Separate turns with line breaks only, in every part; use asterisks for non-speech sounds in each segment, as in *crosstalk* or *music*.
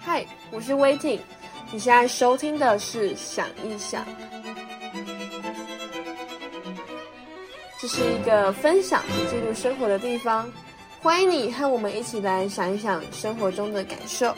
嗨，我是威婷，你现在收听的是《想一想》，这是一个分享记录生活的地方，欢迎你和我们一起来想一想生活中的感受。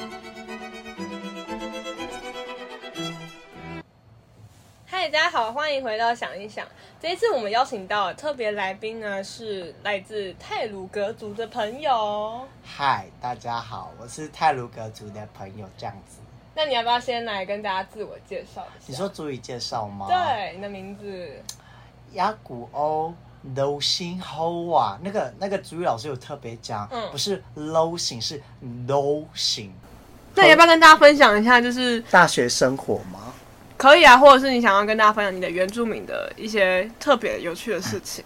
嗨，大家好，欢迎回到想一想。这一次我们邀请到的特别来宾呢，是来自泰鲁格族的朋友。
嗨，大家好，我是泰卢格族的朋友，这样子。
那你要不要先来跟大家自我介绍一下？
你说主语介绍
哦
吗？，
对，你的名字
雅古欧楼心吼啊，那个那个主语老师有特别讲，
嗯
不是楼型，是楼型。
那你要不要跟大家分享一下？就是
大学生活吗？
可以啊，或者是你想要跟大家分享你的原住民的一些特别有趣的事情。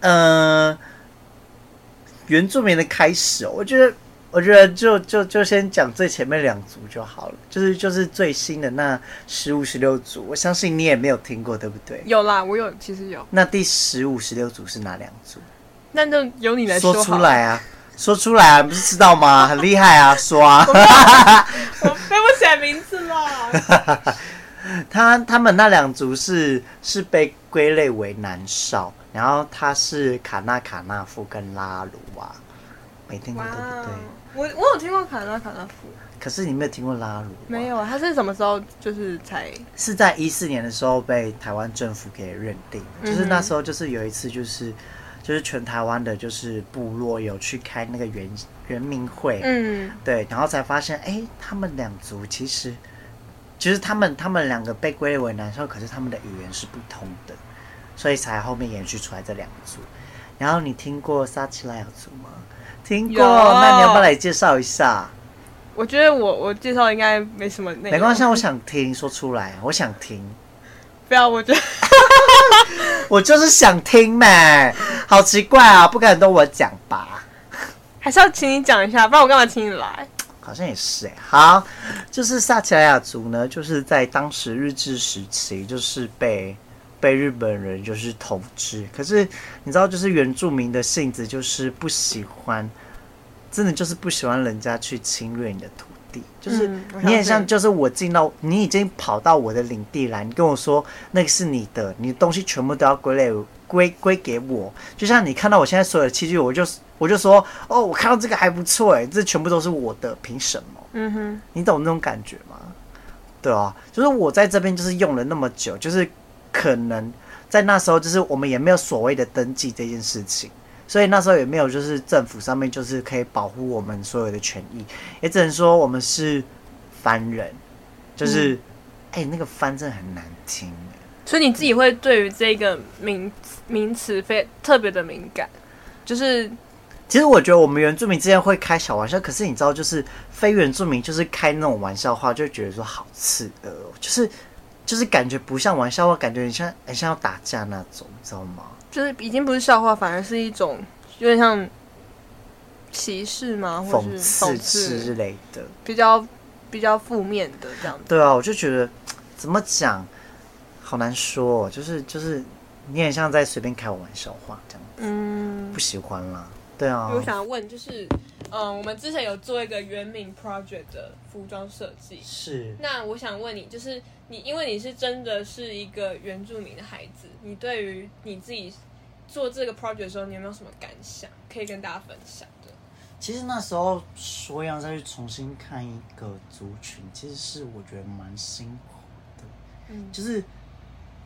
嗯，原住民的开始、哦，我觉得，我觉得就就就先讲最前面两组就好了，就是就是最新的那十五十六组，我相信你也没有听过，对不对？
*laughs* 有啦，我有，其实有，
那第十五十六组是哪两组？
那就由你来
说
好 *laughs*
出
了。
来啊，说出来啊，你不是知
*laughs*
道吗？很厉害啊，说啊。
我背不起来名字啦。
*laughs* 他他们那两族是是被归类为南少，然后他是卡纳卡纳夫跟拉鲁啊，没听过
哇哦
对不对？
我我有听过卡纳卡纳夫，
可是你没有听过拉鲁、
没，有啊？他是什么时候就是才
是在一四年的时候被台湾政府给认定，
嗯
就是那时候就是有一次就是。就是全台湾的，就是部落有去开那个原原民会，
嗯
对，然后才发现，哎，他们两族其实，其实他们他们两个被归类为男生，可是他们的语言是不通的，所以才后面延续出来这两族。然后你听过撒奇莱雅族吗？听
有
过，那你要不要来介绍一下？
我觉得我我介绍应该没什么内容，
没关系，啊我想听，说出来，我想听，
不要，我觉得
我就是想听呗，好奇怪啊，不敢跟我讲吧。
还是要请你讲一下，不然我干嘛请你来？
好像也是哎、好，就是萨奇莱雅族呢，就是在当时日治时期，就是被被日本人就是统治。可是你知道，就是原住民的性子就是不喜欢，真的就是不喜欢人家去侵略你的土地，就是
嗯我相信
你很像，就是我进到你已经跑到我的领地来，你跟我说那个是你的，你的东西全部都要归类归归给我。就像你看到我现在所有的器具，我就我就说哦，我看到这个还不错哎，这全部都是我的，凭什么？
嗯哼，
你懂那种感觉吗？对啊，就是我在这边就是用了那么久，就是可能在那时候就是我们也没有所谓的登记这件事情，所以那时候也没有就是政府上面就是可以保护我们所有的权益，也只能说我们是凡人，就是哎、那个“凡”真的很难听哎。
所以你自己会对于这个名名词非特别的敏感，就是
其实我觉得我们原住民之间会开小玩笑，可是你知道，就是非原住民就是开那种玩笑话，就觉得说好刺耳哦，就是就是感觉不像玩笑话，感觉很像很像要打架那种，你知道吗？
就是已经不是笑话，反而是一种有点像歧视吗？或
讽
是
刺
讽
之
刺，
类的。
比较比较负面的这样子。
对啊，我就觉得怎么讲，好难说、哦，就是就是你很像在随便开我玩笑话这样，
嗯
不，喜欢啦。对啊，
我想要问，就是嗯，我们之前有做一个原名 project 的服装设计，
是
那我想问你，就是你，因为你是真的是一个原住民的孩子，你对于你自己做这个 project 的时候，你有没有什么感想可以跟大家分享的？
其实那时候说要再去重新看一个族群，其实是我觉得蛮辛苦的。
嗯
就是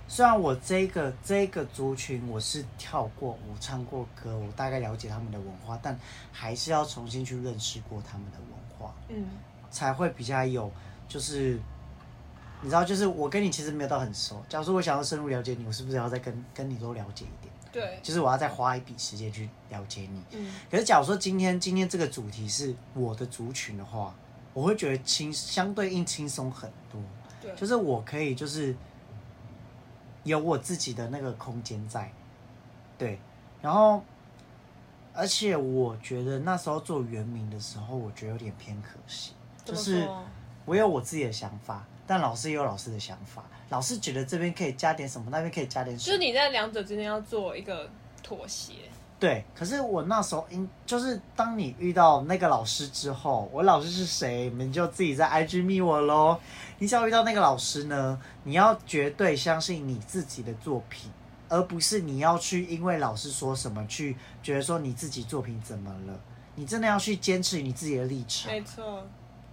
虽然我这个这个族群我是跳过舞、唱过歌，我大概了解他们的文化，但还是要重新去认识过他们的文化，
嗯
才会比较有就是。你知道，就是我跟你其实没有到很熟。假如说我想要深入了解你，我是不是要再跟跟你多了解一点？
对，
就是我要再花一笔时间去了解你。
嗯
可是假如说今天今天这个主题是我的族群的话，我会觉得轻相对应轻松很多，
对，
就是我可以就是有我自己的那个空间在，对，然后而且我觉得那时候做原名的时候，我觉得有点偏可惜，
怎
就
么
是
说啊
我有我自己的想法，但老师也有老师的想法，老师觉得这边可以加点什么，那边可以加点
就
什
是
么，
你在两者之间要做一个妥协，
对，可是我那时候应就是当你遇到那个老师之后，我老师是谁，你们就自己在 IG 密我喽。你只要遇到那个老师呢，你要绝对相信你自己的作品，而不是你要去因为老师说什么去觉得说你自己作品怎么了。你真的要去坚持你自己的立场。
没错。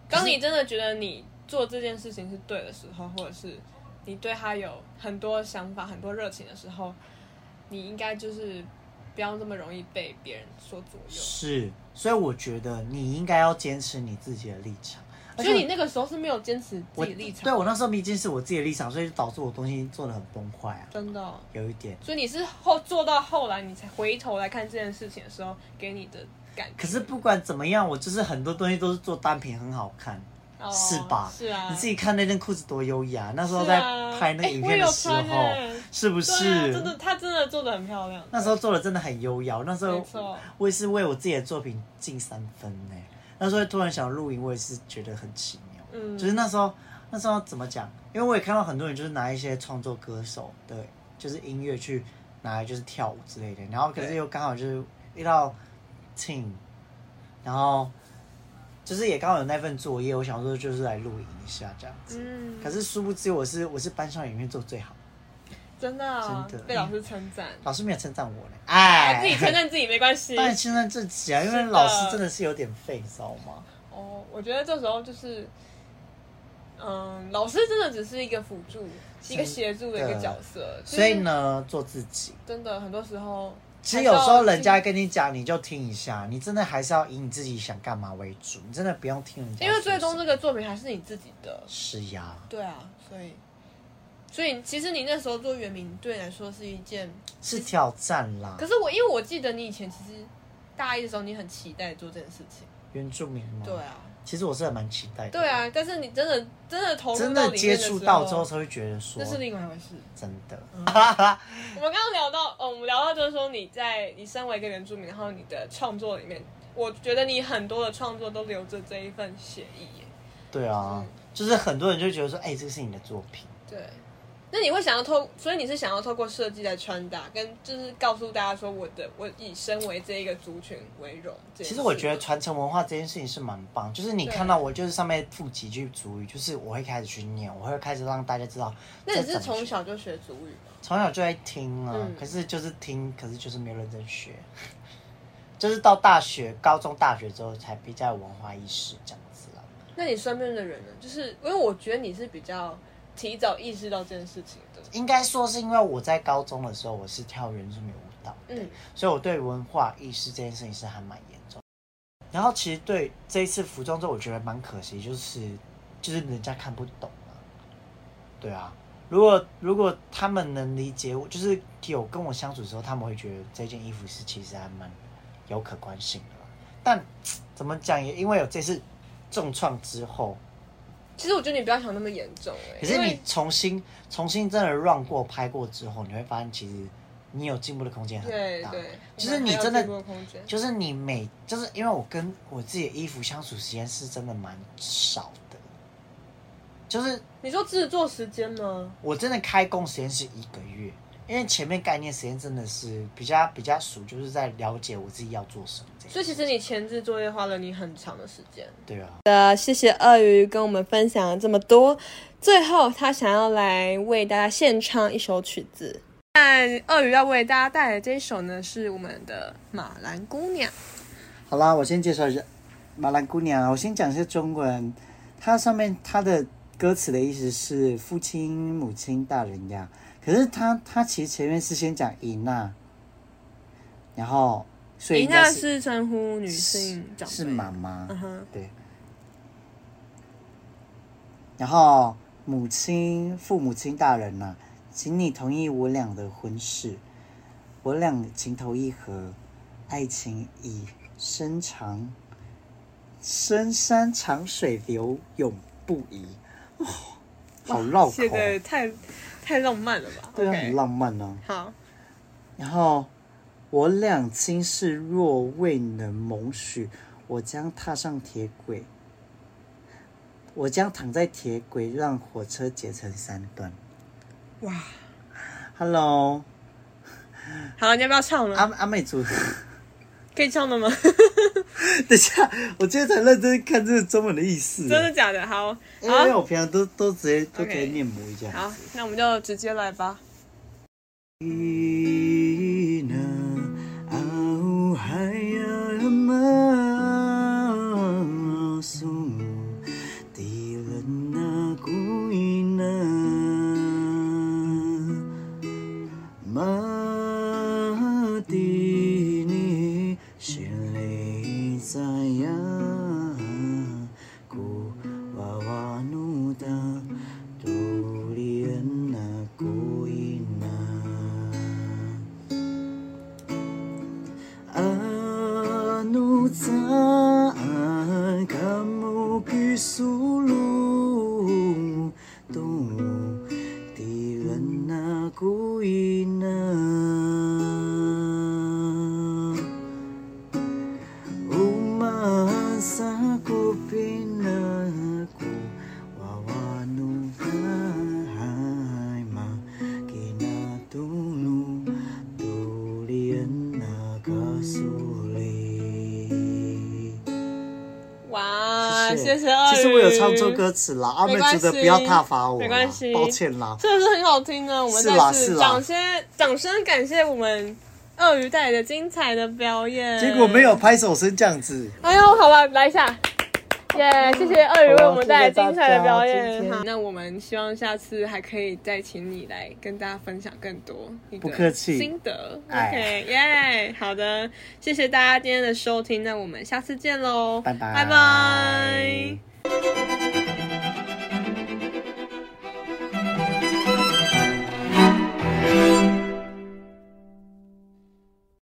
当你真的觉得你做这件事情是对的时候，或者是你对他有很多想法、很多热情的时候，你应该就是不要这么容易被别人所左右。
是，所以我觉得你应该要坚持你自己的立场。而
所以你
且
那个时候是没有坚持
我
自己立场，
对我那时候没坚持我自己的立场，所以就导致我东西做的很崩坏啊，
真的哦、
有一点。
所以你是后做到后来，你才回头来看这件事情的时候，给你的感觉，
可是不管怎么样，我就是很多东西都是做单品很好看。
哦
是吧
是啊，
你自己看那件裤子多优雅，那时候
是
在
啊
拍那个
哎
影
我
片的
有
时候，
穿欸
是不
对
是？
啊，真的，他真的做的很漂亮。
那时候做的真的很优雅。我那时
没
候
错，
我也是为我自己的作品进三分呢、那时候突然想录影，我也是觉得很奇妙。
嗯，
就是那时候，那时候怎么讲？因为我也看到很多人就是拿一些创作歌手的，就是音乐去拿来就是跳舞之类的，然后可是
对
又刚好就是遇到 Team，然后就是也刚好有那份作业，我想说就是来录影一下这样子。
嗯，
可是殊不知我是我是班上里面做最好的，
真的啊
真的
被老师称赞，
老师没有称赞我呢，
哎自己称
哎，
赞自己没关系。
当然称赞自己啊，因
是
为
的
老师真的是有点废，你知道吗？
哦，我觉得这时候就是，嗯，老师真的只是一个辅助、一个协助的一个角色，就是
所以呢，做自己。
真的很多时候，
其实有时候人家跟你讲，你就听一下，你真的还是要以你自己想干嘛为主，你真的不用听人家说什
因
么。
为最终这个作品还是你自己的，
是呀，
对啊，所以。所以其实你那时候做原名对你来说是一件，
是挑战啦
可。是我因为我记得你以前其实大一的时候你很期待做这件事情，
原住民嘛，
对，啊，
其实我是还蛮期待的。
对，啊，但是你真的真的投入
真
到
的
里
接
面的
触
时
到
候
之后才会觉得说
那，是另外一回事。
真的，嗯
我们刚刚聊到，呃，我们聊到就是说你在你身为一个原住民，然后你的创作里面，我觉得你很多的创作都留着这一份写意耶。
对啊，就是很多人就觉得说，哎，这是你的作品。
对，那你会想要透，所以你是想要透过设计来传达，跟就是告诉大家说我的我以身为这一个族群为荣这件事。
其实我觉得传承文化这件事情是蛮棒，就是你
对
看到我就是上面附几句主语，就是我会开始去念，我会开始让大家知道。
那你
这
是
怎么
从
学
小就学族语吗？
从小就在听啊，
嗯
可是就是听，可是就是没有认真学， *laughs* 就是到大学、高中、大学之后才比较有文化意识这样子啦。
那你身边的人呢？就是因为我觉得你是比较提早意识到这件事情的。
应该说是因为我在高中的时候我是跳原住民舞蹈，
嗯，
所以我对文化意识这件事情是还蛮严重的。然后其实对这一次服装周，我觉得蛮可惜，就是就是人家看不懂啊。对啊，如果如果他们能理解我，就是有跟我相处的时候，他们会觉得这件衣服是其实还蛮有可观性的啦。但怎么讲，也因为有这次重创之后，
其实我觉得你不要想那么严重、欸，
可是
因为
你重新重新真的 run 过、拍过之后，你会发现其实你有进步的空间很
对
大。
对，
就是
我们
你
还有
真的
进步空间
就是你每，就是因为我跟我自己的衣服相处时间是真的蛮少的，就是
你说制作时间吗？
我真的开工时间是一个月，因为前面概念时间真的是比较比较熟，就是在了解我自己要做什么这样。
所以其实你前置作业花了你很长的时间。
对啊，
的，谢谢鳄鱼跟我们分享了这么多。最后，他想要来为大家献唱一首曲子。
但鳄鱼要为大家带来这一首呢，是我们的《马兰姑娘》。
好啦，我先介绍一下《马兰姑娘》，我先讲一下中文。它上面它的歌词的意思是“父亲、母亲、大人呀”，可是它它其实前面是先讲伊娜，然后所以
一
应该
娜
是
是称呼女性长辈，
是妈？妈，
嗯哼，
对。然后母亲、父母亲大人呐、请你同意我俩的婚事，我俩情投意合，爱情已深长，深山长水流永不移。哦，好绕口
写
哦，
的太太浪漫了吧？
对啊，
OK
很浪漫呢、
好，
然后我俩今世若未能蒙许，我将踏上铁轨，我将躺在铁轨，让火车截成三段。
哇，
Hello，
好，你要不要唱呢？
阿阿美 *laughs* 族，
可以唱的吗？
等一下，我今天才认真看这个中文的意思，
*laughs* 真的假的？好，
因为
好，
我平常都都直接都
OK
直接念母一下。
好，那我们就直接来吧。
Ina au haya masum tilan aku ina mati ini silih saya ku wawanuta tulian aku ina Anu saan kamu kisulung tungo tilan aku ina Umasa ko pinaku wawanu kahay ma kinatulong Tulian na kasuli
哇，Ah,
谢
谢二
其
鱼。
实我有唱错歌词啦，阿妹
没关
觉
系
得不要挞伐我啦，
没关系
抱歉啦。
真的是很好听啊呢。我们
是
再
啦是
次
啦
掌声掌声感谢我们鳄鱼带来的精彩的表演。
结果没有。拍手声这样子，
哎呦，好吧，来一下。耶、谢谢鳄鱼为我们带来精彩的表
嗯好啊谢谢大
演。
家
好，那我们希望下次还可以再请你来跟大家分享更多你
不
的
客气
心得。
哎
OK，耶、好的，谢谢大家今天的收听，那我们下次见喽，
拜拜
拜拜。